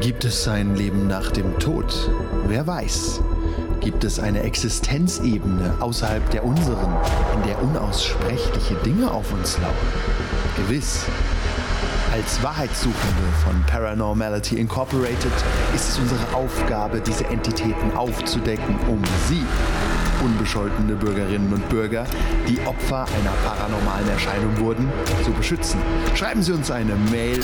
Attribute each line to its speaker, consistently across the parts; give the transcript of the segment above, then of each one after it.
Speaker 1: Gibt es ein Leben nach dem Tod? Wer weiß? Gibt es eine Existenzebene außerhalb der unseren, in der unaussprechliche Dinge auf uns lauern? Gewiss. Als Wahrheitssuchende von Paranormality Incorporated ist es unsere Aufgabe, diese Entitäten aufzudecken, um sie, unbescholtene Bürgerinnen und Bürger, die Opfer einer paranormalen Erscheinung wurden, zu beschützen. Schreiben Sie uns eine Mail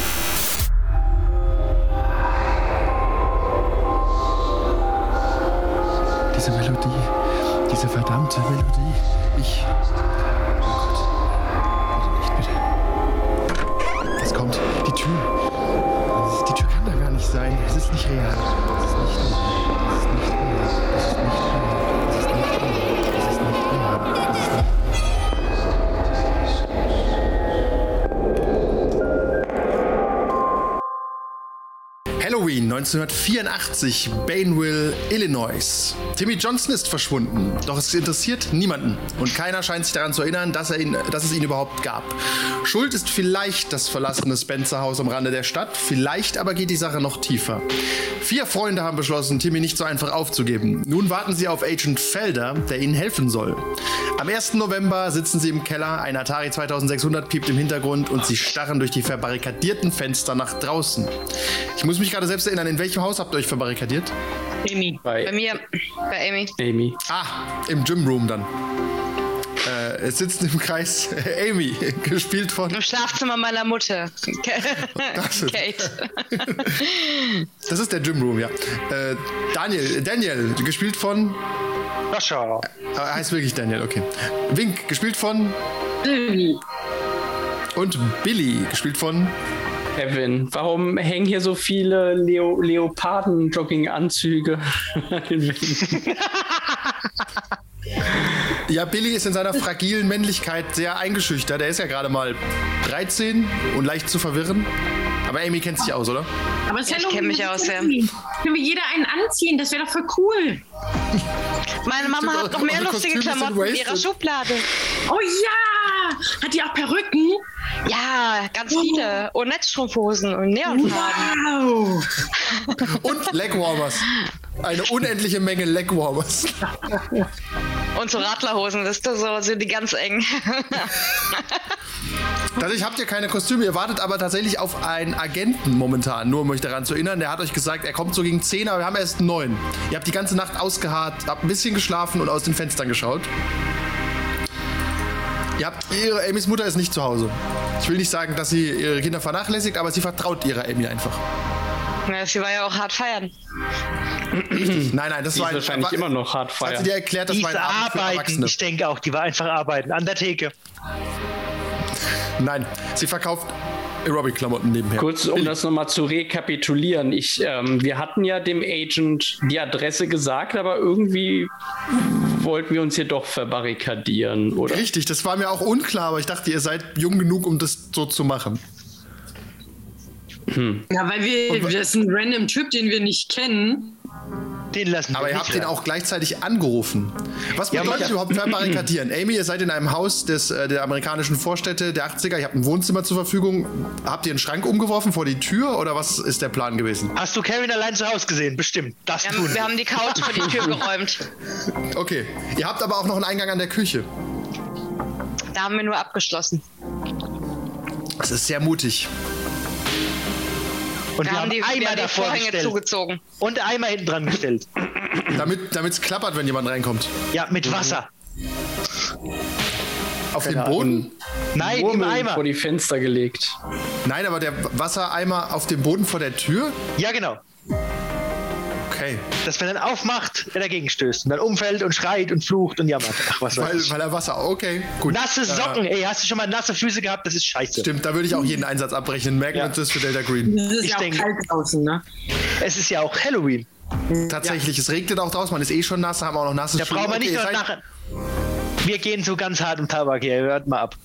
Speaker 1: Diese Melodie, diese verdammte Melodie. Ich. Oh Gott. Bitte nicht, bitte. Es kommt die Tür. Es ist- Die Tür kann da gar nicht sein. Es ist nicht real. Es ist nicht real. Es ist nicht real. Es ist nicht real. Es ist nicht real. Es ist nicht real. Es ist nicht Halloween 1984, Bainville, Illinois. Timmy Johnson ist verschwunden, doch es interessiert niemanden und keiner scheint sich daran zu erinnern, dass, er ihn, dass es ihn überhaupt gab. Schuld ist vielleicht das verlassene Spencer-Haus am Rande der Stadt, vielleicht aber geht die Sache noch tiefer. Vier Freunde haben beschlossen, Timmy nicht so einfach aufzugeben. Nun warten sie auf Agent Felder, der ihnen helfen soll. Am 1. November sitzen sie im Keller, ein Atari 2600 piept im Hintergrund und sie starren durch die verbarrikadierten Fenster nach draußen. Ich muss mich gerade selbst erinnern, in welchem Haus habt ihr euch verbarrikadiert?
Speaker 2: Amy.
Speaker 3: Bei
Speaker 2: Bei mir, bei Amy.
Speaker 3: Amy.
Speaker 1: Ah, im Gym Room dann. Äh, es sitzen im Kreis Amy, gespielt von
Speaker 2: Im Schlafzimmer meiner Mutter. Kate.
Speaker 1: Das ist der Gym Room, ja. Äh, Daniel, Daniel, gespielt von
Speaker 4: Sascha.
Speaker 1: äh, heißt wirklich Daniel, okay. Wink, gespielt von
Speaker 5: Sylvie.
Speaker 1: und Billy, gespielt von
Speaker 3: Evan, warum hängen hier so viele Leo Leoparden-Jogging-Anzüge an den Wänden?
Speaker 1: Ja, Billy ist in seiner fragilen Männlichkeit halt sehr eingeschüchtert. Er ist ja gerade mal 13 und leicht zu verwirren. Aber Amy kennt sich aus, oder?
Speaker 5: Aber es ist
Speaker 2: Ja, ich
Speaker 5: Halloween,
Speaker 2: kenn mich
Speaker 5: das ist
Speaker 2: aus, ja.
Speaker 5: Halloween. Können wir jeder einen anziehen? Das wäre doch voll cool.
Speaker 2: Meine Mama hat noch mehr
Speaker 1: Eure
Speaker 2: lustige
Speaker 1: Kostüme sind
Speaker 2: Klamotten in
Speaker 1: wasted.
Speaker 2: ihrer Schublade.
Speaker 5: Oh ja! Hat die auch Perücken?
Speaker 2: Ja, ganz viele. Und Netzstrumpfhosen und Neonfarben.
Speaker 5: Wow!
Speaker 1: Und Legwarmers. Eine unendliche Menge Legwarmers.
Speaker 2: Und so Radlerhosen, wisst ihr, so sind die ganz eng.
Speaker 1: Dadurch habt ihr keine Kostüme. Ihr wartet aber tatsächlich auf einen Agenten momentan, nur um euch daran zu erinnern. Der hat euch gesagt, er kommt so gegen 10, aber wir haben erst 9. Ihr habt die ganze Nacht ausgeharrt, habt ein bisschen geschlafen und aus den Fenstern geschaut. Ihr habt ihre, Amys Mutter ist nicht zu Hause. Ich will nicht sagen, dass sie ihre Kinder vernachlässigt, aber sie vertraut ihrer Amy einfach.
Speaker 2: Ja, sie war ja auch hart feiern.
Speaker 1: Nein, nein, das
Speaker 3: Die
Speaker 1: war
Speaker 3: ist
Speaker 1: ein-
Speaker 3: wahrscheinlich
Speaker 1: war,
Speaker 3: immer noch hart
Speaker 1: Hat
Speaker 3: feiern.
Speaker 1: sie dir erklärt, das
Speaker 4: Die
Speaker 1: war
Speaker 4: ist
Speaker 1: ein Abend für
Speaker 4: arbeiten.
Speaker 1: Erwachsene?
Speaker 4: Ich denke auch, die war einfach arbeiten. An der Theke.
Speaker 1: Nein, sie verkauft Aerobic-Klamotten nebenher.
Speaker 3: Kurz, um das nochmal zu rekapitulieren. Ich, ähm, wir hatten ja dem Agent die Adresse gesagt, aber irgendwie wollten wir uns hier doch verbarrikadieren, oder?
Speaker 1: Richtig, das war mir auch unklar, aber ich dachte, ihr seid jung genug, um das so zu machen.
Speaker 5: Ja, weil wir, das ist ein random Typ, den wir nicht kennen.
Speaker 4: Den lassen
Speaker 1: Aber
Speaker 4: wir
Speaker 1: ihr
Speaker 4: nicht
Speaker 1: habt ihn
Speaker 4: rein.
Speaker 1: auch gleichzeitig angerufen. Was
Speaker 4: Ja, aber
Speaker 1: bedeutet
Speaker 4: ich hab-
Speaker 1: überhaupt verbarrikadieren? Amy, ihr seid in einem Haus des, äh, der amerikanischen Vorstädte der 80er. Ihr habt ein Wohnzimmer zur Verfügung. Habt ihr einen Schrank umgeworfen vor die Tür oder was ist der Plan gewesen?
Speaker 4: Hast du Kevin allein zu Hause gesehen? Bestimmt. Das
Speaker 2: Wir
Speaker 4: tun
Speaker 2: haben, wir haben die Couch vor die Tür geräumt.
Speaker 1: Okay. Ihr habt aber auch noch einen Eingang an der Küche.
Speaker 2: Da haben wir nur abgeschlossen.
Speaker 1: Das ist sehr mutig.
Speaker 4: Und
Speaker 2: Wir haben die, wir
Speaker 4: Eimer
Speaker 2: haben die
Speaker 4: davor
Speaker 2: Vorhänge
Speaker 4: gestellt.
Speaker 2: zugezogen.
Speaker 4: Und Eimer hinten dran gestellt.
Speaker 1: Damit es klappert, wenn jemand reinkommt.
Speaker 4: Ja,
Speaker 1: Mhm.
Speaker 4: mit Wasser.
Speaker 1: Auf den Boden?
Speaker 4: Nein, im
Speaker 3: Murmeln
Speaker 4: Eimer.
Speaker 3: vor die Fenster gelegt.
Speaker 1: Nein, aber der Wassereimer auf dem Boden vor der Tür?
Speaker 4: Ja, genau.
Speaker 1: Okay.
Speaker 4: Dass wenn er dann aufmacht, er dagegen stößt. Und dann umfällt und schreit und flucht und jammert. Ach, was weiß
Speaker 1: Weil,
Speaker 4: ich.
Speaker 1: weil er Wasser. Okay, gut.
Speaker 4: Nasse Socken. Ey, hast du schon mal nasse Füße gehabt? Das ist scheiße.
Speaker 1: Stimmt, da würde ich auch jeden Einsatz abbrechen. Merken wir
Speaker 4: Ja.
Speaker 1: uns das für Delta Green.
Speaker 5: Das ist
Speaker 4: Ich
Speaker 5: ja auch
Speaker 4: denke-
Speaker 5: kalt draußen, ne?
Speaker 4: Es ist ja auch Halloween.
Speaker 1: Tatsächlich, es regnet auch draußen. Man ist eh schon nass, haben auch noch nasses
Speaker 4: Da
Speaker 1: Schuhe.
Speaker 4: brauchen wir
Speaker 1: Okay,
Speaker 4: nicht
Speaker 1: ihr
Speaker 4: noch
Speaker 1: seid-
Speaker 4: nachher. Wir gehen so ganz hart im Tabak hier. Hört mal ab.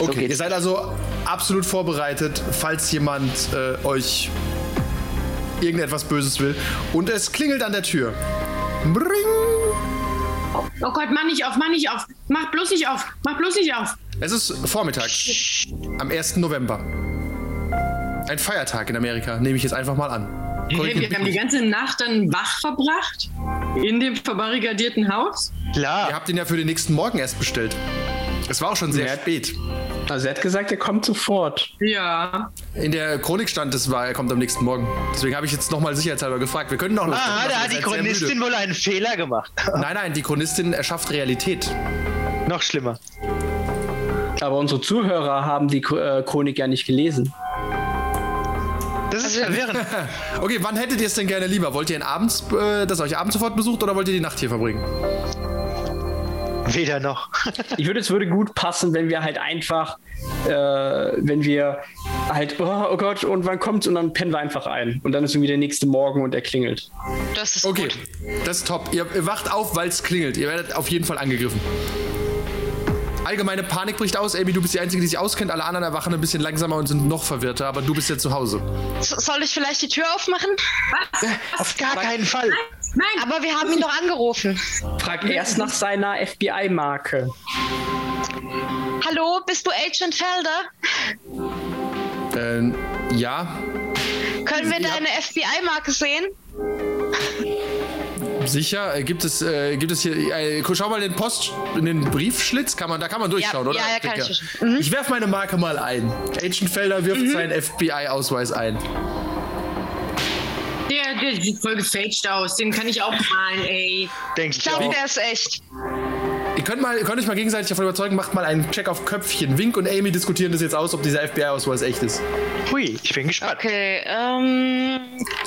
Speaker 1: Okay,
Speaker 4: geht's.
Speaker 1: ihr seid also absolut vorbereitet, falls jemand äh, euch irgendetwas Böses will. Und es klingelt an der Tür. Bring!
Speaker 5: Oh Gott, mach nicht auf, mach nicht auf. Mach bloß nicht auf, mach bloß nicht auf.
Speaker 1: Es ist Vormittag, am 1. November. Ein Feiertag in Amerika, nehme ich jetzt einfach mal an.
Speaker 5: Hey, wir haben die ganze Nacht dann wach verbracht in dem verbarrikadierten Haus.
Speaker 1: Ihr
Speaker 4: Klar.
Speaker 1: habt ihn ja für den nächsten Morgen erst bestellt. Es war auch schon sehr
Speaker 3: Ja.
Speaker 1: spät.
Speaker 3: Also er hat gesagt, er kommt sofort.
Speaker 5: Ja.
Speaker 1: In der Chronik stand es war, er kommt am nächsten Morgen. Deswegen habe ich jetzt nochmal sicherheitshalber gefragt. Wir können doch noch.
Speaker 4: Ah,
Speaker 6: halt
Speaker 4: da hat die Chronistin wohl einen Fehler gemacht.
Speaker 1: Nein, nein, die Chronistin erschafft Realität.
Speaker 4: Noch schlimmer.
Speaker 3: Aber unsere Zuhörer haben die Ko- äh, Chronik ja nicht gelesen.
Speaker 4: Das ist verwirrend.
Speaker 1: Okay, wann hättet ihr es denn gerne lieber? Wollt ihr ihn abends, äh, dass er euch abends sofort besucht oder wollt ihr die Nacht hier verbringen?
Speaker 4: Weder noch.
Speaker 3: Ich würde, es würde gut passen, wenn wir halt einfach, äh, wenn wir halt, oh, oh Gott, und wann kommt's? Und dann pennen wir einfach ein. Und dann ist irgendwie der nächste Morgen und er klingelt.
Speaker 2: Das ist
Speaker 1: Okay,
Speaker 2: gut.
Speaker 1: das ist top. Ihr, ihr wacht auf, weil es klingelt. Ihr werdet auf jeden Fall angegriffen. Allgemeine Panik bricht aus. Amy, du bist die Einzige, die sich auskennt. Alle anderen erwachen ein bisschen langsamer und sind noch verwirrter, aber du bist ja zu Hause.
Speaker 2: So- Soll ich vielleicht die Tür aufmachen?
Speaker 4: Auf gar keinen Fall.
Speaker 5: Nein,
Speaker 2: Aber wir haben ihn doch angerufen.
Speaker 3: Frag erst nach seiner FBI-Marke.
Speaker 2: Hallo, bist du Agent Felder?
Speaker 1: Ähm, ja,
Speaker 2: Können wir
Speaker 1: Ja.
Speaker 2: deine FBI-Marke sehen?
Speaker 1: sicher. Äh, Gibt es, äh, gibt es hier. Äh, schau mal den Post, in den Briefschlitz. Kann man, da kann man durchschauen,
Speaker 2: ja,
Speaker 1: oder?
Speaker 2: ja, kann ich
Speaker 1: Dicker.
Speaker 2: durchschauen. Mhm.
Speaker 1: Ich werf meine Marke mal ein. Agent Felder wirft seinen FBI-Ausweis ein.
Speaker 5: der, der sieht voll gefälscht aus. Den kann ich auch malen, ey.
Speaker 4: Denke
Speaker 2: Ich
Speaker 4: ich
Speaker 2: glaube,
Speaker 4: auch.
Speaker 2: der ist echt.
Speaker 1: Ihr könnt, mal, ihr könnt euch mal gegenseitig davon überzeugen, macht mal einen Check auf Köpfchen. Wink und Amy diskutieren das jetzt aus, ob dieser FBI-Ausweis echt ist.
Speaker 4: Hui, ich bin gespannt.
Speaker 2: Okay, ähm,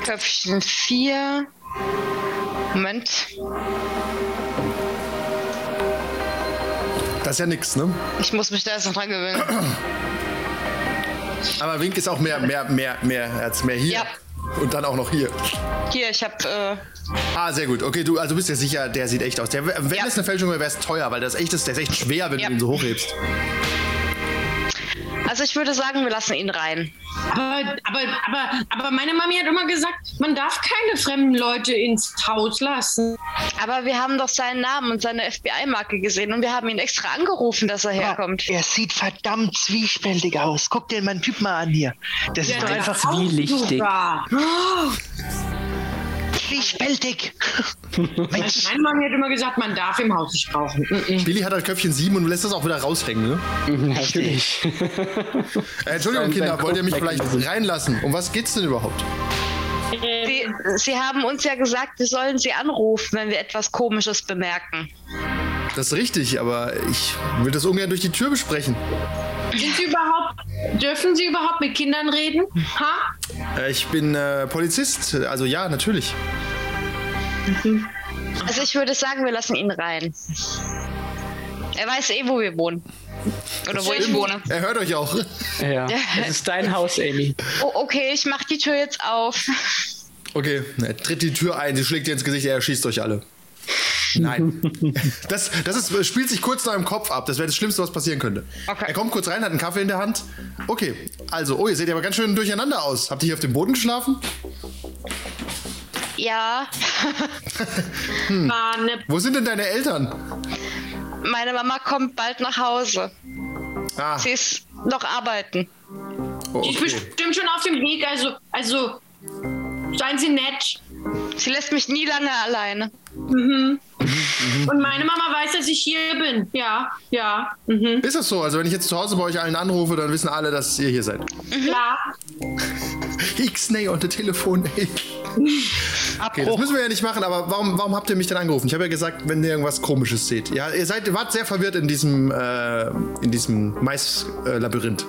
Speaker 2: Köpfchen 4. Moment,
Speaker 1: Das ist ja nix, ne?
Speaker 2: ich muss mich da erst noch dran gewöhnen.
Speaker 1: Aber Wink ist auch mehr, mehr, mehr, mehr. Er hat's mehr hier.
Speaker 2: Ja.
Speaker 1: Und dann auch noch hier.
Speaker 2: Hier, ich hab, äh,
Speaker 1: Ah, sehr gut. Okay, du also bist ja sicher, der sieht echt aus. Der, wenn das eine Fälschung wäre, wäre es teuer, weil das echt ist, der ist echt schwer, wenn
Speaker 2: Ja.
Speaker 1: du ihn so hochhebst.
Speaker 2: also ich würde sagen, wir lassen ihn rein.
Speaker 5: Aber, aber, aber, aber meine Mami hat immer gesagt, man darf keine fremden Leute ins Haus lassen.
Speaker 2: Aber wir haben doch seinen Namen und seine FBI-Marke gesehen und wir haben ihn extra angerufen, dass er herkommt.
Speaker 4: Ah, Er sieht verdammt zwiespältig aus. Guck dir meinen Typ mal an hier. Das ist doch
Speaker 5: der
Speaker 4: einfach
Speaker 3: zwielichtig.
Speaker 5: Haussucher.
Speaker 4: zwiespältig. Mensch,
Speaker 5: Meine Mami hat immer gesagt, man darf im Haus nicht rauchen. Mm,
Speaker 2: Mhm.
Speaker 5: Mm-mm.
Speaker 1: Billy hat halt Köpfchen 7 und lässt das auch wieder raushängen, ne?
Speaker 3: Natürlich.
Speaker 1: Äh, Entschuldigung,
Speaker 3: Sein- sein
Speaker 1: Kinder, wollt ihr mich
Speaker 3: Kopf
Speaker 1: vielleicht
Speaker 3: weglassen.
Speaker 1: reinlassen? Um was geht's denn überhaupt?
Speaker 2: Sie, sie haben uns ja gesagt, wir sollen sie anrufen, wenn wir etwas Komisches bemerken.
Speaker 1: Das ist richtig, aber ich will das ungern durch die Tür besprechen.
Speaker 5: mm. Sind Sie überhaupt, dürfen Sie überhaupt mit Kindern reden? Ha?
Speaker 1: Äh, ich bin äh, Polizist, also ja, natürlich.
Speaker 2: Also ich würde sagen, wir lassen ihn rein. Er weiß eh, wo wir wohnen. Oder wo ich wohne.
Speaker 1: Er hört euch auch.
Speaker 3: ja. Es ist dein Haus, Amy.
Speaker 2: Oh, okay, ich mach die Tür jetzt auf.
Speaker 1: Okay, er tritt die Tür ein, sie schlägt ihr ins Gesicht, er erschießt euch alle. Nein. Das, das ist, spielt sich kurz nach im Kopf ab. Das wäre das Schlimmste, was passieren könnte.
Speaker 2: Okay.
Speaker 1: Er kommt kurz rein, hat einen Kaffee in der Hand. Okay, also, oh, ihr seht ja aber ganz schön durcheinander aus. Habt ihr hier auf dem Boden geschlafen?
Speaker 2: Ja,
Speaker 4: Hm.
Speaker 5: War eine
Speaker 1: Wo sind denn deine Eltern?
Speaker 2: meine Mama kommt bald nach Hause.
Speaker 1: Ah,
Speaker 2: Sie ist noch arbeiten.
Speaker 1: oh,
Speaker 5: Ich
Speaker 1: okay.
Speaker 5: bestimmt schon auf dem Weg, also, also seien Sie nett.
Speaker 2: Sie lässt mich nie lange alleine.
Speaker 5: Und meine Mama weiß, dass ich hier bin. Ja, ja, mhm.
Speaker 1: Ist das so? Also, wenn ich jetzt zu Hause bei euch allen anrufe, dann wissen alle, dass ihr hier seid.
Speaker 5: klar.
Speaker 1: X-Nay und der Telefon, ey. Okay, das
Speaker 4: Abbruch.
Speaker 1: müssen wir ja nicht machen, aber warum, warum habt ihr mich denn angerufen? Ich habe ja gesagt, wenn ihr irgendwas Komisches seht. Ja, ihr seid, ihr wart sehr verwirrt in diesem, äh, in diesem äh, Mais-Labyrinth.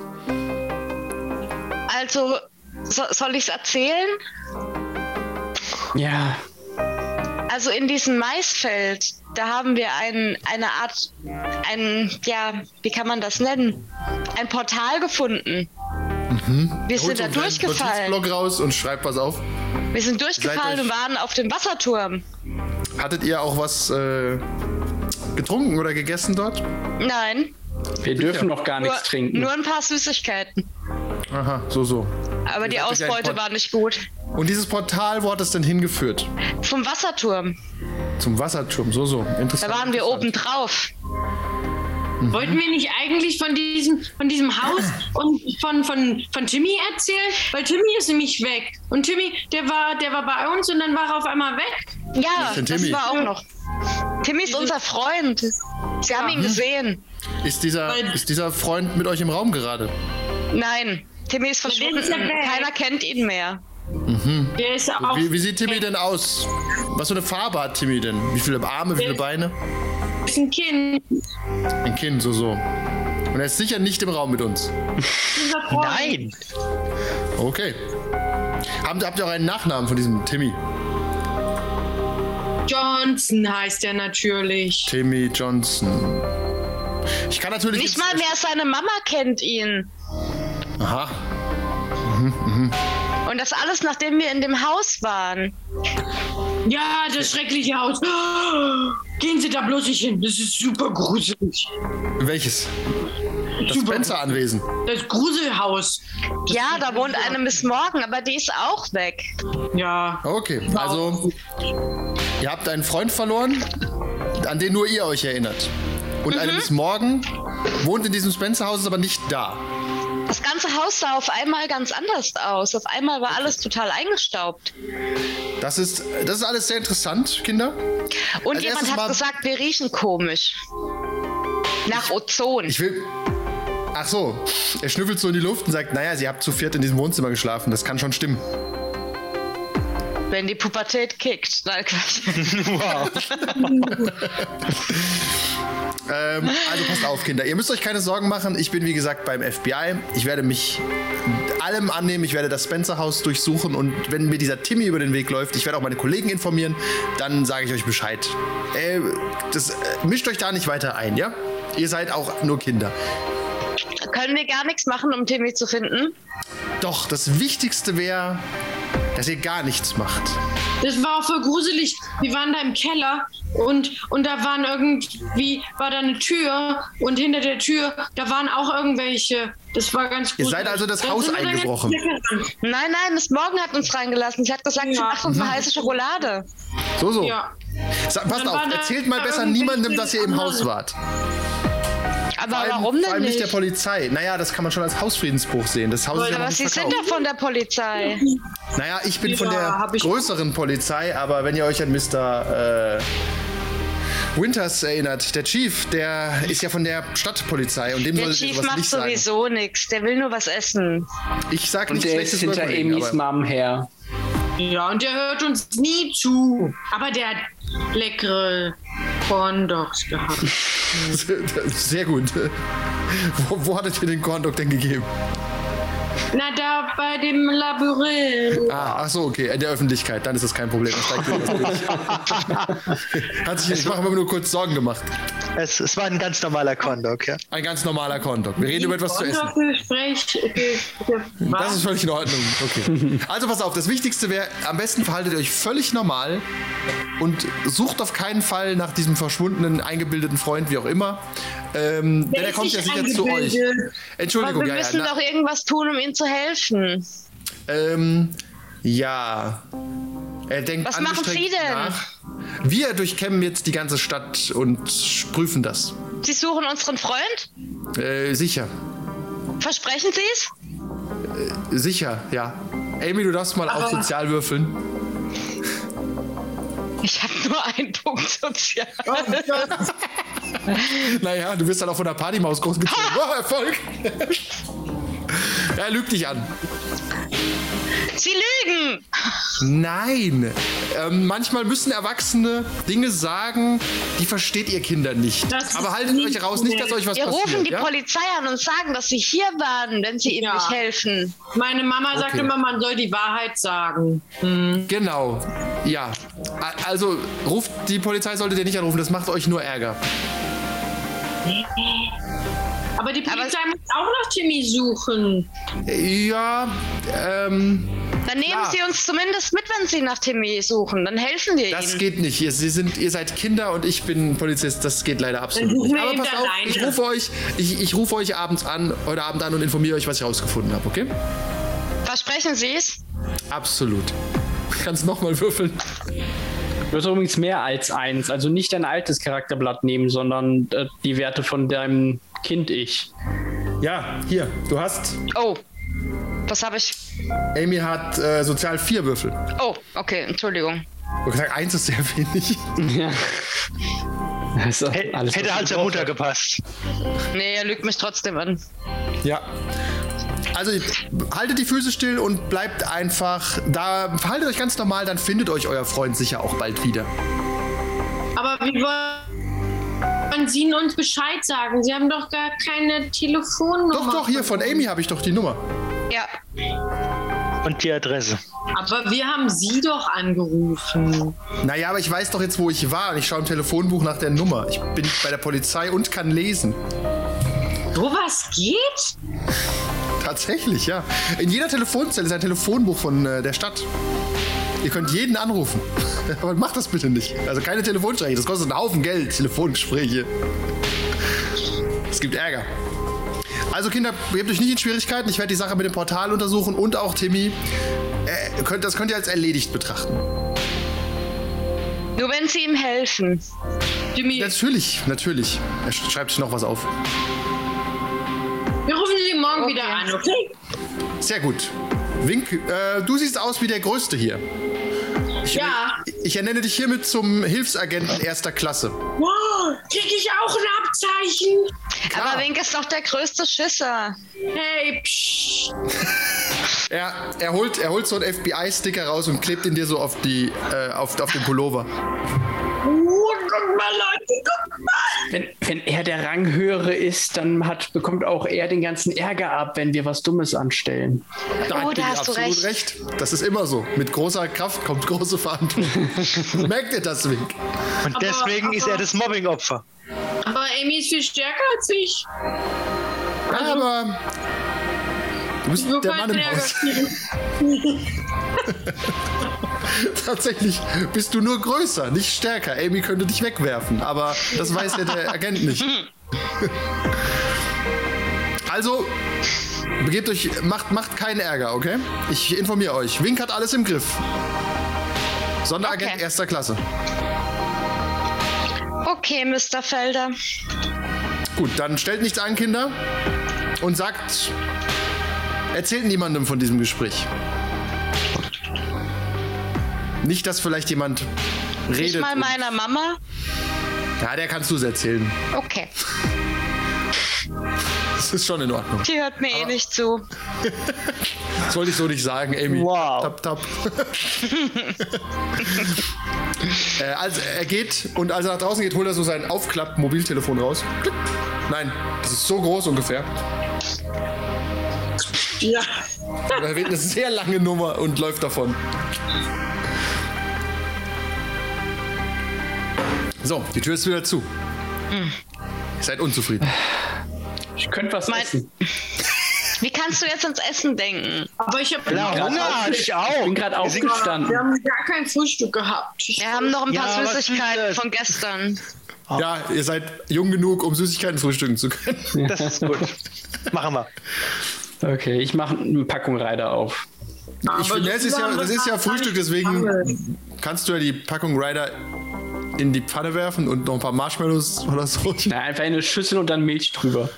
Speaker 2: Also, so, soll ich es erzählen?
Speaker 3: Ja.
Speaker 2: Also in diesem Maisfeld, da haben wir ein, eine Art, ein, ja, wie kann man das nennen? Ein Portal gefunden.
Speaker 1: Mhm.
Speaker 2: Wir sind da durchgefallen.
Speaker 1: Blog raus und schreibt was auf.
Speaker 2: Wir sind
Speaker 1: Seid
Speaker 2: durchgefallen und
Speaker 1: euch-
Speaker 2: waren auf dem Wasserturm.
Speaker 1: Hattet ihr auch was äh, getrunken oder gegessen dort?
Speaker 2: Nein,
Speaker 3: Wir dürfen noch gar
Speaker 2: nur,
Speaker 3: nichts trinken.
Speaker 2: nur ein paar Süßigkeiten.
Speaker 1: Aha, so, so.
Speaker 2: Aber die
Speaker 1: habt euch einen
Speaker 2: Ausbeute
Speaker 1: Port-
Speaker 2: war nicht gut.
Speaker 1: Und dieses Portal, wo hat es denn hingeführt?
Speaker 2: Vom Wasserturm,
Speaker 1: Zum Wasserturm, so, so. Interessant.
Speaker 2: da waren wir
Speaker 1: interessant.
Speaker 2: oben drauf.
Speaker 5: Wollten wir nicht eigentlich von diesem, von diesem Haus und von, von, von Timmy erzählen? Weil Timmy ist nämlich weg. Und Timmy, der war, der war bei uns und dann war er auf einmal weg.
Speaker 2: Ja,
Speaker 6: ist denn
Speaker 2: das
Speaker 6: Timmy?
Speaker 2: war auch noch. Timmy ist unser Freund. Sie haben ihn gesehen.
Speaker 6: Ist dieser,
Speaker 5: Weil-
Speaker 6: ist dieser Freund mit euch im Raum gerade?
Speaker 2: Nein, Timmy ist verschwunden.
Speaker 5: ist er weg.
Speaker 2: Keiner kennt ihn mehr.
Speaker 5: Der ist auch.
Speaker 6: Wie, wie sieht Timmy denn aus? Was für eine Farbe hat Timmy denn? Wie viele Arme, wie
Speaker 2: Äh.
Speaker 6: viele Beine?
Speaker 5: ist ein Kind.
Speaker 6: Ein Kinn, so, so. Und er ist sicher nicht im Raum mit uns.
Speaker 5: Unser Freund.
Speaker 4: Nein.
Speaker 6: Okay. Habt, habt ihr auch einen Nachnamen von diesem Timmy?
Speaker 5: Johnson heißt er natürlich.
Speaker 6: Timmy Johnson. Ich kann natürlich.
Speaker 2: Nicht
Speaker 6: jetzt-
Speaker 2: mal mehr seine Mama kennt ihn.
Speaker 6: Aha.
Speaker 2: Und das alles, nachdem wir in dem Haus waren.
Speaker 5: Ja, das schreckliche Haus. Gehen Sie da bloß nicht hin. Das ist super gruselig.
Speaker 6: Welches? Das
Speaker 5: Super.
Speaker 6: Spencer-Anwesen.
Speaker 5: Das Gruselhaus.
Speaker 2: Ja, da wohnt eine Miss Morgan, aber die ist auch weg.
Speaker 5: Ja.
Speaker 6: Okay, also ihr habt einen Freund verloren, an den nur ihr euch erinnert. Und eine Miss Morgan wohnt in diesem Spencer-Haus, ist aber nicht da.
Speaker 2: Das ganze Haus sah auf einmal ganz anders aus. Auf einmal war alles total eingestaubt.
Speaker 6: Das ist, das ist alles sehr interessant, Kinder.
Speaker 2: Und
Speaker 6: Als erstes
Speaker 2: jemand hat
Speaker 6: mal-
Speaker 2: gesagt, wir riechen komisch. Nach Ozon.
Speaker 6: Ich will. Ach so, er schnüffelt so in die Luft und sagt: Naja, sie habt zu viert in diesem Wohnzimmer geschlafen, das kann schon stimmen.
Speaker 2: wenn die Pubertät kickt. Nein, Quatsch.
Speaker 6: Ähm, also passt auf, Kinder. Ihr müsst euch keine Sorgen machen. Ich bin, wie gesagt, beim FBI. Ich werde mich allem annehmen. Ich werde das Spencer-Haus durchsuchen. Und wenn mir dieser Timmy über den Weg läuft, ich werde auch meine Kollegen informieren. Dann sage ich euch Bescheid. Äh, das, äh, mischt euch da nicht weiter ein, ja? Ihr seid auch nur Kinder.
Speaker 2: Können wir gar nichts machen, um Timmy zu finden?
Speaker 6: Doch, das Wichtigste wäre, dass ihr gar nichts macht.
Speaker 5: Das war auch voll gruselig. Wir waren da im Keller und, und da waren irgendwie, war da eine Tür und hinter der Tür, da waren auch irgendwelche. Das war ganz
Speaker 6: Ihr
Speaker 5: gruselig.
Speaker 6: seid also das
Speaker 5: Dann
Speaker 6: Haus
Speaker 5: sind wir da ganz
Speaker 6: eingebrochen.
Speaker 5: lecker ran.
Speaker 2: Nein, nein, Miss Morgan hat uns reingelassen. Sie hat gesagt, sie
Speaker 5: Ja.
Speaker 2: macht uns eine heiße Schokolade.
Speaker 6: So, so.
Speaker 5: Ja.
Speaker 6: Sa passt
Speaker 5: Dann war
Speaker 6: auf,
Speaker 5: da
Speaker 6: erzählt mal besser
Speaker 5: irgendwie
Speaker 6: niemandem, dass ihr im
Speaker 5: andere-
Speaker 6: Haus wart.
Speaker 2: Aber
Speaker 6: Vor allem-
Speaker 2: warum
Speaker 6: Vor
Speaker 2: denn
Speaker 6: allem
Speaker 2: nicht?
Speaker 6: nicht der Polizei. Naja, das kann man schon als Hausfriedensbruch sehen. Das Haus ist ja noch
Speaker 2: aber
Speaker 6: nicht
Speaker 2: sie
Speaker 6: verkauft.
Speaker 2: sind ja von der Polizei.
Speaker 6: Naja, ich bin von
Speaker 5: Ja,
Speaker 6: der
Speaker 5: hab ich-
Speaker 6: größeren Polizei, aber wenn ihr euch an Mr. Äh, Winters erinnert, der Chief, der ist ja von der Stadtpolizei und dem
Speaker 2: Der
Speaker 6: solltet ihr
Speaker 2: Chief
Speaker 6: sowas
Speaker 2: macht
Speaker 6: nicht sagen.
Speaker 2: sowieso nichts. Der will nur was essen.
Speaker 6: Ich sag
Speaker 3: Und
Speaker 6: nichts
Speaker 3: der ist
Speaker 6: Schlechtes über
Speaker 3: hinter
Speaker 6: Kollegen,
Speaker 3: Amy's
Speaker 6: aber
Speaker 3: Mom her.
Speaker 5: Ja, und der hört uns nie zu. Aber der hat leckere Corn Dogs gehabt.
Speaker 6: Sehr gut. Wo, wo hattet ihr den Corndog denn gegeben?
Speaker 5: Na, da bei dem
Speaker 2: Oh.
Speaker 5: Labyrinth.
Speaker 6: Ah, ach so, okay, in der Öffentlichkeit, dann ist das kein Problem. Dann steigt ihr das durch. Hat sich, ich mache mir nur kurz Sorgen gemacht.
Speaker 4: Es, es war ein ganz normaler Kondok, ja.
Speaker 6: Ein ganz normaler Corndog. Wir reden über etwas zu essen.
Speaker 5: Gespräch, äh,
Speaker 2: Ah.
Speaker 6: Das ist völlig in Ordnung. Okay. Also pass auf, das Wichtigste wäre, am besten verhaltet ihr euch völlig normal und sucht auf keinen Fall nach diesem verschwundenen, eingebildeten Freund, wie auch immer. Ähm, denn er
Speaker 5: ist
Speaker 6: kommt ja
Speaker 5: nicht
Speaker 6: sicher zu euch.
Speaker 5: eingebildet.
Speaker 6: Entschuldigung,
Speaker 2: Aber wir
Speaker 6: ja, ja.
Speaker 2: müssen
Speaker 6: na-
Speaker 2: doch irgendwas tun, um ihm zu helfen.
Speaker 6: ähm, ja. Er denkt
Speaker 2: Was machen
Speaker 6: angestrengt
Speaker 2: Sie denn?
Speaker 6: Nach. Wir durchkämmen jetzt die ganze Stadt und prüfen das.
Speaker 2: Sie suchen unseren Freund?
Speaker 6: Äh, sicher.
Speaker 2: Versprechen Sie es?
Speaker 6: Sicher, ja. Amy, du darfst mal auf
Speaker 5: Aber-
Speaker 6: sozial würfeln.
Speaker 2: Ich habe nur einen Punkt sozial.
Speaker 6: Oh. Naja, du wirst dann auch von der Partymaus großgezogen. Oh, Erfolg! Er lügt dich an.
Speaker 2: Sie lügen!
Speaker 6: Nein! Ähm, manchmal müssen Erwachsene Dinge sagen, die versteht ihr Kinder nicht.
Speaker 5: Das ist
Speaker 6: Aber haltet
Speaker 5: nicht
Speaker 6: euch raus, nicht, dass euch was
Speaker 2: Wir
Speaker 6: passiert.
Speaker 2: rufen die
Speaker 6: ja?
Speaker 2: Polizei an und sagen, dass sie hier waren, wenn sie ihm
Speaker 5: Ja.
Speaker 2: nicht helfen.
Speaker 5: Meine Mama sagt
Speaker 6: Okay.
Speaker 5: immer, man soll die Wahrheit sagen.
Speaker 6: Genau. Ja. A- Also, ruft die Polizei solltet ihr nicht anrufen, das macht euch nur Ärger.
Speaker 5: Aber die Polizei muss auch nach Timmy suchen.
Speaker 6: Ja, ähm,
Speaker 2: Dann nehmen
Speaker 6: Klar.
Speaker 2: sie uns zumindest mit, wenn sie nach Timmy suchen. Dann helfen wir
Speaker 6: das
Speaker 2: ihnen.
Speaker 6: geht nicht. Ihr, sie sind, ihr seid Kinder und ich bin Polizist, das geht leider absolut
Speaker 5: Dann suchen
Speaker 6: nicht.
Speaker 5: wir
Speaker 6: Aber
Speaker 5: eben
Speaker 6: pass auf,
Speaker 5: alleine.
Speaker 6: ich rufe euch, ich, ich rufe euch abends an, heute Abend an und informiere euch, was ich rausgefunden habe, okay?
Speaker 2: Versprechen Sie es?
Speaker 6: Absolut. Kannst nochmal würfeln.
Speaker 3: Du hast übrigens mehr als eins. Also nicht dein altes Charakterblatt nehmen, sondern äh, die Werte von deinem Kind-Ich.
Speaker 6: Ja, hier, du hast.
Speaker 2: Oh. Was habe ich?
Speaker 1: Amy hat äh, sozial vier Würfel.
Speaker 2: Oh, okay, Entschuldigung.
Speaker 1: Und gesagt, eins ist sehr wenig.
Speaker 3: Ja. Also,
Speaker 4: Hä-
Speaker 3: alles, was
Speaker 4: Hätte
Speaker 3: du
Speaker 4: halt zur
Speaker 3: brauchst.
Speaker 4: Mutter gepasst.
Speaker 2: Nee, er lügt mich trotzdem an.
Speaker 6: Ja.
Speaker 1: Also haltet die Füße still und bleibt einfach da. Verhaltet euch ganz normal, dann findet euch euer Freund sicher auch bald wieder.
Speaker 5: Aber wie wollen Sie uns Bescheid sagen? Sie haben doch gar keine Telefonnummer.
Speaker 1: Doch, doch, hier von Amy habe ich doch die Nummer.
Speaker 2: Ja,
Speaker 4: Und die Adresse.
Speaker 5: Aber wir haben Sie doch angerufen.
Speaker 1: Naja, aber ich weiß doch jetzt, wo ich war. Ich schaue im Telefonbuch nach der Nummer. Ich bin bei der Polizei und kann lesen.
Speaker 5: So was geht?
Speaker 1: Tatsächlich, ja. In jeder Telefonzelle ist ein Telefonbuch von äh, der Stadt. Ihr könnt jeden anrufen. Aber macht das bitte nicht. Also keine Telefonstreiche. Das kostet einen Haufen Geld, Telefongespräche. Es gibt Ärger. Also Kinder, gebt euch nicht in Schwierigkeiten. Ich werde die Sache mit dem Portal untersuchen und auch Timmy. Äh, könnt, das könnt ihr als erledigt betrachten.
Speaker 2: nur wenn sie ihm helfen.
Speaker 5: Jimmy,
Speaker 1: Natürlich, natürlich. Er sch- schreibt sich noch was auf.
Speaker 5: wir rufen Sie morgen
Speaker 2: Okay.
Speaker 5: wieder an, okay?
Speaker 1: Sehr gut. Wink, äh, du siehst aus wie der Größte hier. Ich,
Speaker 5: Ja.
Speaker 1: ich ernenne dich hiermit zum Hilfsagenten erster Klasse.
Speaker 5: Wow, krieg ich auch ein Abzeichen?
Speaker 2: Aber Wink ist doch der größte Schisser.
Speaker 5: Hey, psch.
Speaker 1: Er, er, holt, er holt so einen FBI-Sticker raus und klebt ihn dir so auf, die, äh, auf, auf den Pullover.
Speaker 5: Oh, guck mal, Leute, guck mal.
Speaker 3: Wenn, wenn er der Ranghöhere ist, dann hat, bekommt auch er den ganzen Ärger ab, wenn wir was Dummes anstellen.
Speaker 1: Da
Speaker 2: Oh,
Speaker 1: hat
Speaker 2: da
Speaker 1: Billy
Speaker 2: hast du
Speaker 1: absolut recht. Das ist immer so. Mit großer Kraft kommt große Verantwortung. Merkt ihr das, Wink?
Speaker 4: Und
Speaker 5: Aber-
Speaker 4: deswegen ist er
Speaker 5: aber-
Speaker 4: das Mobbing-Opfer.
Speaker 5: Aber Amy ist viel stärker als ich.
Speaker 1: Aber du bist
Speaker 5: Nur
Speaker 1: der
Speaker 5: kein
Speaker 1: Mann im
Speaker 5: Ärger
Speaker 1: Haus.
Speaker 5: kriegen.
Speaker 1: Tatsächlich bist du nur größer, nicht stärker. Amy könnte dich wegwerfen, aber das weiß ja der Agent nicht. Also, begebt euch, macht, macht keinen Ärger, okay? Ich informiere euch. Wink hat alles im Griff. Sonderagent
Speaker 2: Okay.
Speaker 1: erster Klasse.
Speaker 2: Okay, Mr. Felder.
Speaker 1: Gut, dann stellt nichts an, Kinder. Und sagt, erzählt niemandem von diesem Gespräch. Nicht, dass vielleicht jemand redet.
Speaker 2: Nicht mal
Speaker 1: und-
Speaker 2: meiner Mama.
Speaker 1: Ja, der kannst du es erzählen.
Speaker 2: Okay,
Speaker 1: Das ist schon in Ordnung.
Speaker 2: die hört mir eh nicht zu.
Speaker 1: Das wollte ich so nicht sagen, Amy.
Speaker 4: Wow.
Speaker 1: Tap, tap. äh, also er geht und als er nach draußen geht, holt er so sein Aufklapp-Mobiltelefon raus. Klick. Nein, das ist so groß ungefähr.
Speaker 5: Ja.
Speaker 1: Und er wählt eine sehr lange Nummer und läuft davon. So, die Tür ist wieder zu. Ihr seid unzufrieden.
Speaker 3: Ich könnte was
Speaker 2: Mein-
Speaker 3: essen.
Speaker 2: Wie kannst du jetzt ans Essen denken?
Speaker 5: Aber ich habe
Speaker 4: Klar, Hunger, ich auch.
Speaker 3: Ich bin gerade aufgestanden.
Speaker 5: Wir haben gar kein Frühstück gehabt.
Speaker 2: Wir haben noch ein
Speaker 4: Ja,
Speaker 2: paar
Speaker 4: was ist
Speaker 2: Süßigkeiten
Speaker 4: das?
Speaker 2: von gestern.
Speaker 1: Ja, ihr seid jung genug, um Süßigkeiten frühstücken zu können.
Speaker 4: Das ist gut. Machen wir.
Speaker 3: Okay, ich mache eine Packung Reiter auf.
Speaker 1: Ich finde, das, ist ja, das ist ja Frühstück, deswegen kannst du ja die Packung Rider in die Pfanne werfen und noch ein paar Marshmallows oder so.
Speaker 3: Na, einfach in eine Schüssel und dann Milch drüber.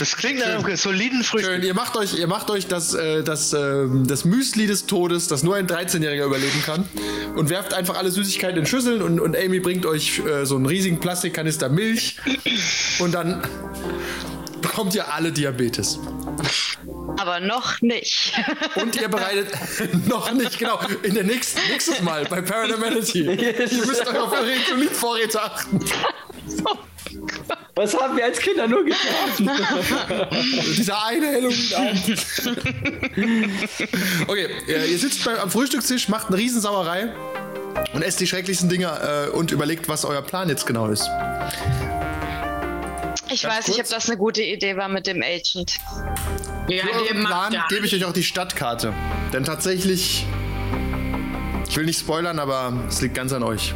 Speaker 4: Das klingt nach einem soliden
Speaker 1: Schön.
Speaker 4: Frühstück.
Speaker 1: Ihr macht euch, ihr macht euch das, äh, das, äh, das Müsli des Todes, das nur ein 13-Jähriger überleben kann. Und werft einfach alle Süßigkeiten in Schüsseln und, und Amy bringt euch äh, so einen riesigen Plastikkanister Milch. Und dann bekommt ihr alle Diabetes.
Speaker 2: Aber noch nicht.
Speaker 1: Und ihr bereitet noch nicht, genau, in der nächsten, nächstes Mal bei Paranormality. Ihr müsst euch auf eure Insulinvorräte achten.
Speaker 3: Was haben wir als Kinder nur getan?
Speaker 1: Dieser eine Halloween-Abend. okay, äh, ihr ihr sitzt bei, am Frühstückstisch, macht eine Riesensauerei und esst die schrecklichsten Dinger äh, und überlegt, was euer Plan jetzt genau ist.
Speaker 2: Ich weiß nicht, ob
Speaker 1: kurz.
Speaker 2: das eine gute Idee war mit dem Agent.
Speaker 5: Ja,
Speaker 1: Für
Speaker 5: der
Speaker 1: euren
Speaker 5: macht
Speaker 1: Plan
Speaker 5: ja.
Speaker 1: gebe ich euch auch die Stadtkarte. Denn tatsächlich, ich will nicht spoilern, aber es liegt ganz an euch.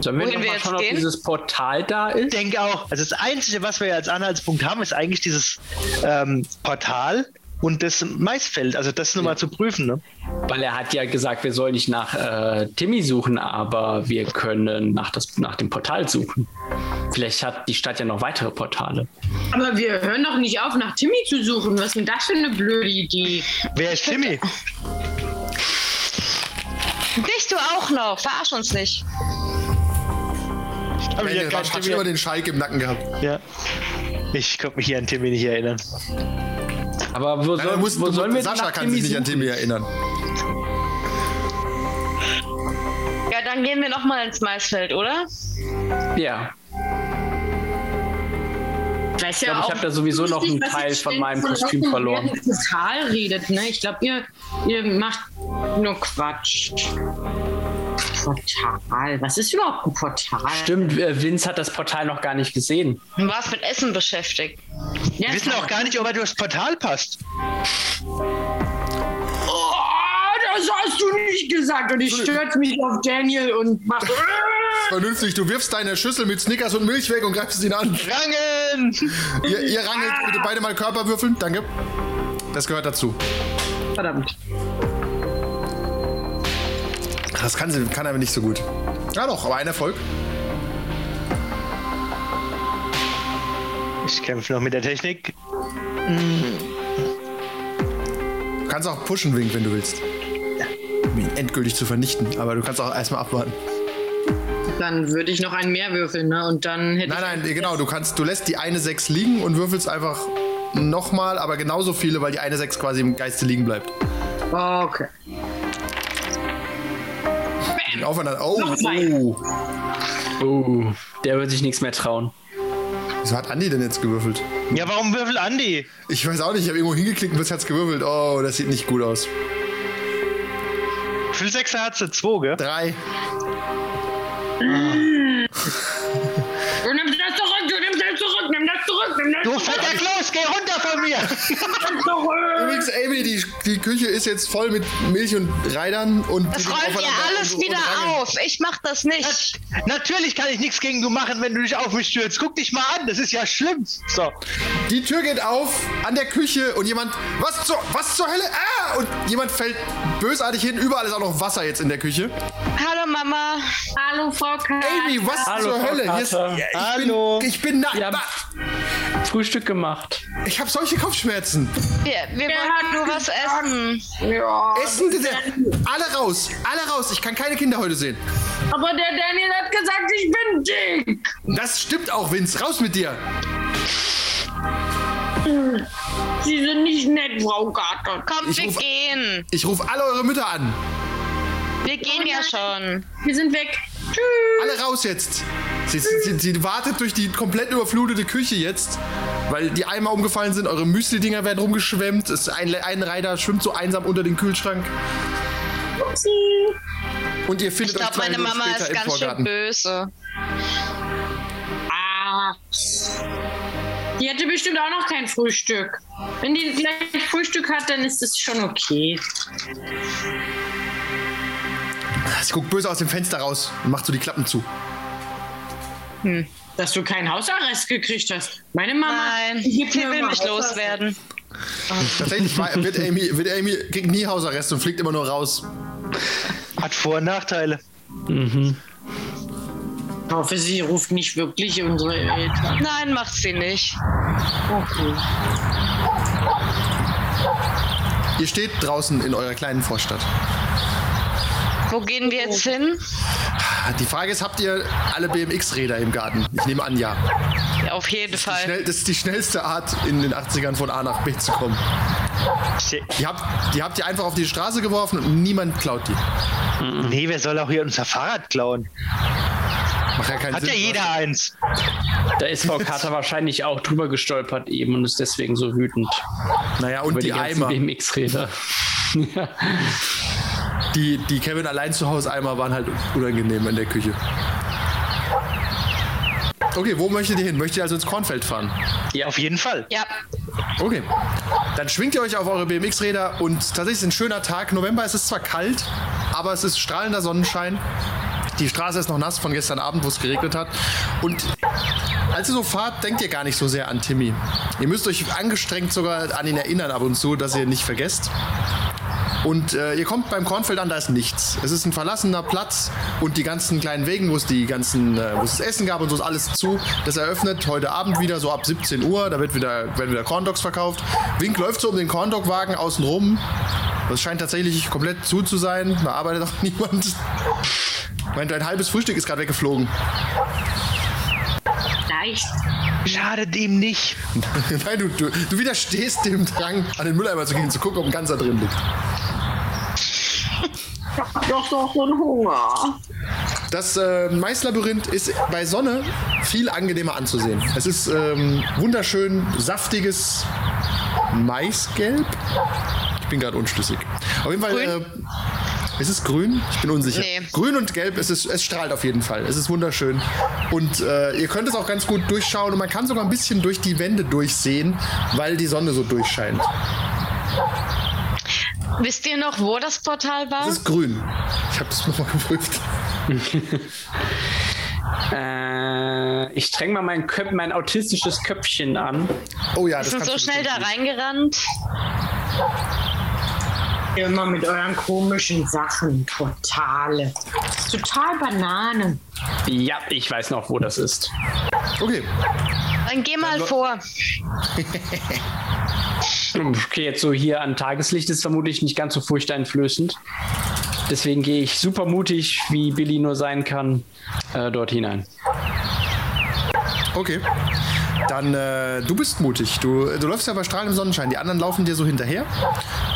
Speaker 3: Sollen wir
Speaker 2: Wohin
Speaker 3: noch
Speaker 2: wir
Speaker 3: mal
Speaker 2: jetzt
Speaker 3: schauen, ob
Speaker 2: gehen?
Speaker 3: dieses Portal da
Speaker 4: Ich
Speaker 3: ist?
Speaker 4: denke auch, also das Einzige, was wir ja als Anhaltspunkt haben, ist eigentlich dieses ähm, Portal. und das Maisfeld. Also das nochmal zu prüfen. Ne?
Speaker 3: Weil er hat ja gesagt, wir sollen nicht nach äh, Timmy suchen, aber wir können nach, das, nach dem Portal suchen. Vielleicht hat die Stadt ja noch weitere Portale.
Speaker 5: Aber wir hören doch nicht auf, nach Timmy zu suchen. Was ist denn das für eine blöde Idee?
Speaker 4: Wer ist Timmy?
Speaker 2: Bist du auch noch? Verarsch uns nicht.
Speaker 4: Aber
Speaker 1: Ey,
Speaker 4: ich
Speaker 1: der hat schon immer den Schalk im Nacken gehabt.
Speaker 4: ja. Ich konnte mich hier an Timmy nicht erinnern.
Speaker 3: Aber wo,
Speaker 1: Nein,
Speaker 3: soll,
Speaker 1: du musst,
Speaker 3: wo
Speaker 1: du,
Speaker 3: sollen wir denn
Speaker 1: Also, Sascha
Speaker 3: nach
Speaker 1: kann
Speaker 3: Timmy
Speaker 1: sich nicht
Speaker 3: suchen?
Speaker 1: an Timmy erinnern.
Speaker 2: Ja, dann gehen wir nochmal ins Maisfeld, oder?
Speaker 3: Ja,
Speaker 5: Weiß
Speaker 3: Ich glaub, ich hab da sowieso noch einen Teil von meinem Kostüm verloren.
Speaker 5: Total redet, ne? Ich glaube, ihr, ihr macht nur Quatsch. Portal. Was ist überhaupt ein Portal?
Speaker 3: stimmt. Äh, Vince hat das Portal noch gar nicht gesehen.
Speaker 2: Du warst mit Essen beschäftigt.
Speaker 5: Ja,
Speaker 4: Wir wissen auch gar nicht, ob er durchs Portal passt.
Speaker 5: Oh, das hast du nicht gesagt. Und ich stört mich auf Daniel und mach.
Speaker 1: Vernünftig, du wirfst deine Schüssel mit Snickers und Milch weg und greifst ihn an.
Speaker 4: Rangen!
Speaker 1: Ihr, ihr rangelt bitte beide mal Körperwürfeln. Danke. Das gehört dazu.
Speaker 5: Verdammt.
Speaker 1: Das kann, sie, kann aber nicht so gut. Ja doch, aber ein Erfolg.
Speaker 4: Ich kämpfe noch mit der Technik.
Speaker 1: Du kannst auch pushen wink, wenn du willst. Um ihn endgültig zu vernichten. Aber du kannst auch erstmal abwarten.
Speaker 5: Dann würde ich noch einen mehr würfeln, ne? Und dann hätte
Speaker 1: Nein, nein, genau, du kannst, du lässt die eine 6 liegen und würfelst einfach nochmal, aber genauso viele, weil die eine 6 quasi im Geiste liegen bleibt.
Speaker 5: ich. Oh, okay.
Speaker 1: Und aufeinander. Oh,
Speaker 5: zwei.
Speaker 1: oh.
Speaker 3: Oh, der wird sich nichts mehr trauen.
Speaker 1: Wieso hat Andi denn jetzt gewürfelt?
Speaker 4: Ja, warum würfel Andi?
Speaker 1: Ich weiß auch nicht, ich habe irgendwo hingeklickt und bis hat's gewürfelt. Oh, das sieht nicht gut aus.
Speaker 4: Für 6 hat sie 2, gell?
Speaker 1: Drei.
Speaker 5: Du nimmst das zurück, du nimmst das zurück, nimm das zurück, nimm das
Speaker 4: Du
Speaker 5: zurück,
Speaker 4: fetter Klaus, geh runter von mir!
Speaker 5: nimm das zurück.
Speaker 1: Übrigens, Amy, die, die Küche ist jetzt voll mit Milch und Reitern und.
Speaker 2: Das räumt ihr alles wieder auf. Ich mach das nicht.
Speaker 4: Natürlich kann ich nichts gegen du machen, wenn du dich auf mich stürzt. Guck dich mal an, das ist ja schlimm. So.
Speaker 1: Die Tür geht auf an der Küche und jemand. Was zur, was zur Hölle? Ah! Und jemand fällt bösartig hin. Überall ist auch noch Wasser jetzt in der Küche.
Speaker 2: Hallo Mama.
Speaker 5: Hallo, Frau Kahn.
Speaker 1: Amy, was
Speaker 3: Hallo,
Speaker 1: zur
Speaker 3: Frau
Speaker 1: Hölle? Hier ist,
Speaker 3: Carter.
Speaker 1: ich
Speaker 4: Hallo.
Speaker 1: bin. Ich bin na,
Speaker 3: Ja. Frühstück gemacht.
Speaker 1: Ich habe solche Kopfschmerzen.
Speaker 2: Wir, wir
Speaker 5: hat
Speaker 2: wollten nur was
Speaker 5: gesagt?
Speaker 2: essen.
Speaker 5: Ja.
Speaker 1: Essen, diese. Alle raus. Alle raus. Ich kann keine Kinder heute sehen.
Speaker 5: Aber der Daniel hat gesagt, ich bin dick.
Speaker 1: Das stimmt auch, Vince. Raus mit dir.
Speaker 5: Sie sind nicht nett, Frau Gartner.
Speaker 2: Kommt,
Speaker 1: Ich
Speaker 2: wir
Speaker 1: ruf-
Speaker 2: gehen.
Speaker 1: Ich rufe alle eure Mütter an.
Speaker 2: Wir gehen ja schon.
Speaker 5: Wir sind weg. Tschüss.
Speaker 1: Alle raus jetzt. Sie, sie, sie, sie wartet durch die komplett überflutete Küche jetzt, weil die Eimer umgefallen sind, eure Müsli-Dinger werden rumgeschwemmt, es, ein, ein Reiter schwimmt so einsam unter den Kühlschrank. Und ihr
Speaker 2: Ich
Speaker 1: findet euch
Speaker 2: glaube,
Speaker 1: zwei
Speaker 2: meine
Speaker 1: Minuten
Speaker 2: Mama
Speaker 1: später
Speaker 2: ist
Speaker 1: im
Speaker 2: ganz schön
Speaker 1: Vorgarten.
Speaker 2: böse.
Speaker 5: Ah. Die hätte bestimmt auch noch kein Frühstück. Wenn die gleich Frühstück hat, dann ist das schon okay.
Speaker 1: Sie guckt böse aus dem Fenster raus und macht so die Klappen zu.
Speaker 5: Dass du keinen Hausarrest gekriegt hast. Meine Mama
Speaker 2: Nein,
Speaker 5: die
Speaker 2: sie
Speaker 5: gibt mir
Speaker 2: will
Speaker 5: immer
Speaker 2: mich
Speaker 5: Hausarrest.
Speaker 2: loswerden.
Speaker 1: Tatsächlich war, wird Amy, wird Amy kriegt nie Hausarrest und fliegt immer nur raus.
Speaker 4: Hat Vor- und Nachteile.
Speaker 5: Ich hoffe, sie ruft nicht wirklich unsere Eltern.
Speaker 2: Nein, macht sie nicht.
Speaker 5: Okay.
Speaker 1: Ihr steht draußen in eurer kleinen Vorstadt.
Speaker 2: Wo gehen wir jetzt hin?
Speaker 1: Ah, Die Frage ist, habt ihr alle BMX-Räder im Garten? Ich nehme an, ja.
Speaker 2: Ja, auf jeden
Speaker 1: Die
Speaker 2: Fall.
Speaker 1: Schnell, das ist die schnellste Art, in den 80ern von A nach B zu kommen.
Speaker 4: Sie-
Speaker 1: Die habt, die habt ihr einfach auf die Straße geworfen und niemand klaut die.
Speaker 4: Nee, wer soll auch hier unser Fahrrad klauen?
Speaker 1: Macht ja keinen
Speaker 4: Hat
Speaker 1: Sinn.
Speaker 4: ja jeder eins.
Speaker 3: Da ist Frau Carter wahrscheinlich auch drüber gestolpert eben und ist deswegen so wütend
Speaker 1: Naja, und
Speaker 3: über
Speaker 1: die,
Speaker 3: die, ganzen
Speaker 1: Eimer.
Speaker 3: BMX-Räder. ja.
Speaker 1: Die, die Kevin allein zu Hause Eimer waren halt unangenehm in der Küche. Okay, wo möchtet ihr hin? Möchtet ihr also ins Kornfeld fahren?
Speaker 4: Auf jeden Fall.
Speaker 2: Ja,
Speaker 1: Okay. Dann schwingt ihr euch auf eure BMX-Räder und tatsächlich ist ein schöner Tag. November es ist zwar kalt, aber es ist strahlender Sonnenschein. Die Straße ist noch nass von gestern Abend, wo es geregnet hat. Und Als ihr so fahrt, denkt ihr gar nicht so sehr an Timmy. Ihr müsst euch angestrengt sogar an ihn erinnern ab und zu, dass ihr ihn nicht vergesst. Und äh, ihr kommt beim Kornfeld an, da ist nichts. Es ist ein verlassener Platz und die ganzen kleinen Wegen, wo es die ganzen, äh, wo es das Essen gab und so ist alles zu. Das eröffnet heute Abend wieder so ab 17 Uhr. Da wird wieder, werden wieder Corndogs verkauft. Wink läuft so um den Corndog-Wagen außen rum. Das scheint tatsächlich komplett zu zu sein. Da arbeitet auch niemand. Meint, ein halbes Frühstück ist gerade weggeflogen.
Speaker 5: Leicht.
Speaker 4: Schadet ihm nicht.
Speaker 1: Nein, du, du, du widerstehst dem Drang, an den Mülleimer zu gehen, zu gucken, ob ein ganzer drin liegt.
Speaker 5: Doch, doch, so ein Hunger.
Speaker 1: Das äh, Maislabyrinth ist bei Sonne viel angenehmer anzusehen. Es ist ähm, wunderschön saftiges Maisgelb. Ich bin gerade unschlüssig. Auf jeden Fall. Äh, ist es grün? Ich bin unsicher.
Speaker 2: Nee.
Speaker 1: Grün und gelb, es, ist, es strahlt auf jeden Fall. Es ist wunderschön. Und äh, ihr könnt es auch ganz gut durchschauen und man kann sogar ein bisschen durch die Wände durchsehen, weil die Sonne so durchscheint.
Speaker 2: Wisst ihr noch, wo das Portal war?
Speaker 1: Es ist grün. Ich habe das nochmal geprüft.
Speaker 3: Äh, ich streng mal mein, Köp mein autistisches Köpfchen an.
Speaker 1: Oh ja,
Speaker 2: Wir
Speaker 1: das
Speaker 2: sind
Speaker 1: kannst
Speaker 2: so
Speaker 1: du
Speaker 2: schnell
Speaker 1: bestimmt
Speaker 2: da
Speaker 1: nicht.
Speaker 2: reingerannt.
Speaker 5: Immer mit euren komischen Sachen. Portale. Das ist total Banane.
Speaker 3: Ja, ich weiß noch, wo das ist.
Speaker 1: Okay.
Speaker 2: Dann geh mal
Speaker 1: lo-
Speaker 2: vor.
Speaker 3: Okay, jetzt so hier an Tageslicht ist vermutlich nicht ganz so furchteinflößend. Deswegen gehe ich super mutig, wie Billy nur sein kann, äh, dort hinein.
Speaker 1: Okay. Dann, äh, du bist mutig. Du, du läufst ja bei strahlendem Sonnenschein. Die anderen laufen dir so hinterher.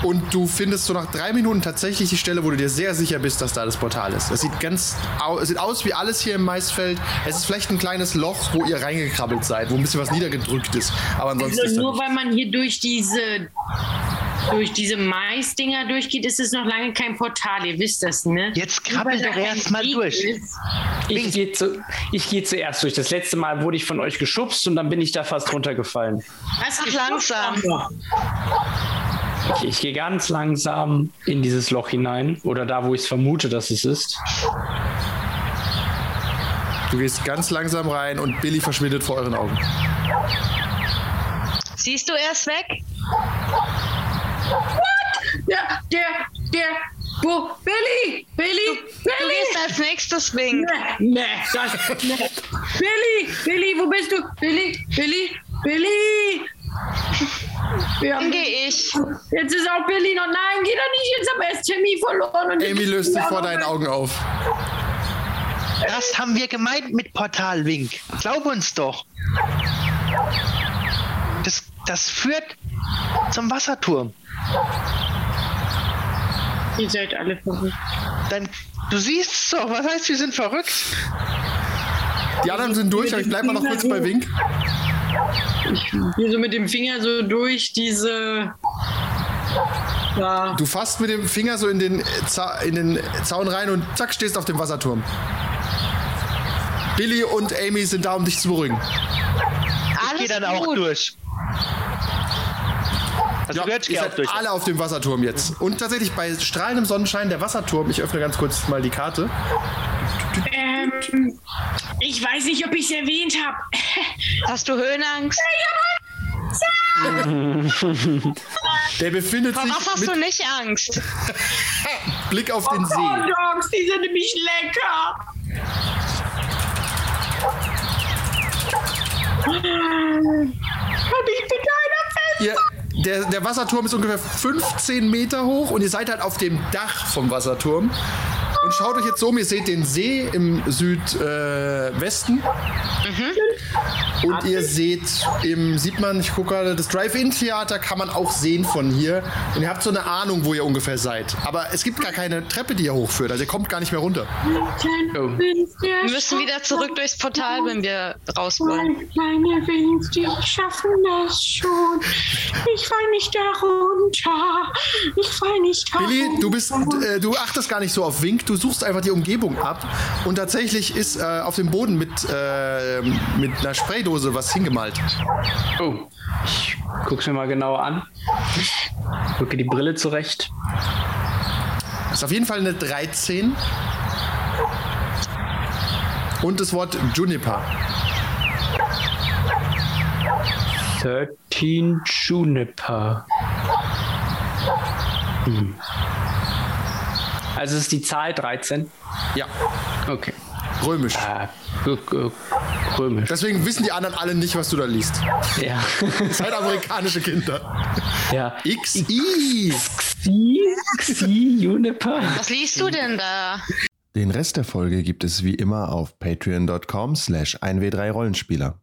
Speaker 1: Und du findest so nach drei Minuten tatsächlich die Stelle, wo du dir sehr sicher bist, dass da das Portal ist. Es sieht ganz au es sieht aus wie alles hier im Maisfeld. Es ist vielleicht ein kleines Loch, wo ihr reingekrabbelt seid, wo ein bisschen was niedergedrückt ist. Aber ansonsten ist
Speaker 5: Also
Speaker 1: da
Speaker 5: nur
Speaker 1: nichts.
Speaker 5: weil man hier durch diese durch diese Maisdinger durchgeht, ist es noch lange kein Portal. Ihr wisst das, ne?
Speaker 4: Jetzt krabbel
Speaker 5: Überall
Speaker 4: doch
Speaker 5: kein
Speaker 4: erst mal
Speaker 5: Weg
Speaker 4: durch.
Speaker 5: ist.
Speaker 3: Ich gehe zu, ich gehe zuerst durch. Das letzte Mal wurde ich von euch geschubst und dann bin ich da fast runtergefallen.
Speaker 5: Was
Speaker 2: Ach,
Speaker 5: geschubst
Speaker 2: langsam.
Speaker 5: haben wir?
Speaker 3: Okay, ich gehe ganz langsam in dieses Loch hinein oder da, wo ich es vermute, dass es ist.
Speaker 1: Du gehst ganz langsam rein und Billy verschwindet vor euren Augen.
Speaker 2: Siehst du erst weg?
Speaker 5: Der, der, der, wo? Billy! Billy!
Speaker 2: Du gehst
Speaker 5: Billy!
Speaker 2: als nächstes Wink.
Speaker 5: Nee, nee, das, nee. Billy! Billy, wo bist du? Billy! Billy! Billy! Wir
Speaker 2: Dann
Speaker 5: haben,
Speaker 2: gehe ich.
Speaker 5: jetzt ist auch Billy noch. Nein, geh doch nicht, jetzt haben wir erst Chemie verloren. und-
Speaker 1: Amy löst sich vor deinen Augen auf.
Speaker 4: Das haben wir gemeint mit Portalwink. Glaub uns doch. Das, das führt zum Wasserturm.
Speaker 5: Ihr seid alle verrückt.
Speaker 4: Dann, du siehst's doch. Was heißt, wir sind verrückt?
Speaker 1: Die anderen sind durch, aber ich bleib mal noch kurz bei Wink.
Speaker 5: Hier so mit dem Finger so durch diese. Ja.
Speaker 1: Du fasst mit dem Finger so in den, Za in den Zaun rein und zack, stehst auf dem Wasserturm. Billy und Amy sind da, um dich zu beruhigen.
Speaker 2: Alles
Speaker 4: Geh dann auch
Speaker 2: gut.
Speaker 4: durch. Also
Speaker 1: Ja,
Speaker 4: Götz, geh
Speaker 1: ihr
Speaker 4: auch
Speaker 1: seid
Speaker 4: durch.
Speaker 1: alle auf dem Wasserturm jetzt. Und tatsächlich bei strahlendem Sonnenschein der Wasserturm, ich öffne ganz kurz mal die Karte.
Speaker 5: Ähm, ich weiß nicht, ob ich es erwähnt habe.
Speaker 2: Hast du Höhenangst?
Speaker 1: Der befindet
Speaker 2: Vor was
Speaker 1: sich
Speaker 2: hast
Speaker 1: mit
Speaker 2: du nicht Angst?
Speaker 1: Blick auf den See.
Speaker 5: Oh Dogs, die sind nämlich lecker. Kann ich bitte einer fest?
Speaker 1: Ihr, der, der Wasserturm ist ungefähr 15 Meter hoch und ihr seid halt auf dem Dach vom Wasserturm. Und schaut euch jetzt so um, ihr seht den See im Südwesten. Äh, Westen. Und ihr seht, im, sieht man, ich gucke gerade, das Drive-In-Theater kann man auch sehen von hier. Und ihr habt so eine Ahnung, wo ihr ungefähr seid. Aber es gibt gar keine Treppe, die ihr hochführt. Also ihr kommt gar nicht mehr runter.
Speaker 5: Kleine
Speaker 3: Oh.
Speaker 5: Winster,
Speaker 2: Wir müssen wieder zurück durchs Portal, wenn wir raus wollen.
Speaker 5: Meine kleine Winster schaffen das schon. Ich fall nicht darunter. Ich fall nicht darunter.
Speaker 1: Billy, du bist, äh, du achtest gar nicht so auf Wink, du suchst einfach die Umgebung ab und tatsächlich ist äh, auf dem Boden mit, äh, mit einer Spraydose was hingemalt.
Speaker 3: Oh, ich guck's mir mal genauer an. Rücke die Brille zurecht.
Speaker 1: Das ist auf jeden Fall eine 13 und das Wort Juniper.
Speaker 3: 13 Juniper. Hm. Also ist die Zahl 13?
Speaker 1: Ja,
Speaker 3: Okay.
Speaker 1: römisch.
Speaker 3: Ah, g- g- römisch.
Speaker 1: Deswegen wissen die anderen alle nicht, was du da liest.
Speaker 3: ja.
Speaker 1: Seid amerikanische Kinder.
Speaker 3: ja.
Speaker 1: XI.
Speaker 3: Xi, Xi, Juniper.
Speaker 2: Was liest du denn da?
Speaker 7: Den Rest der Folge gibt es wie immer auf patreon.com slash 1w3rollenspieler.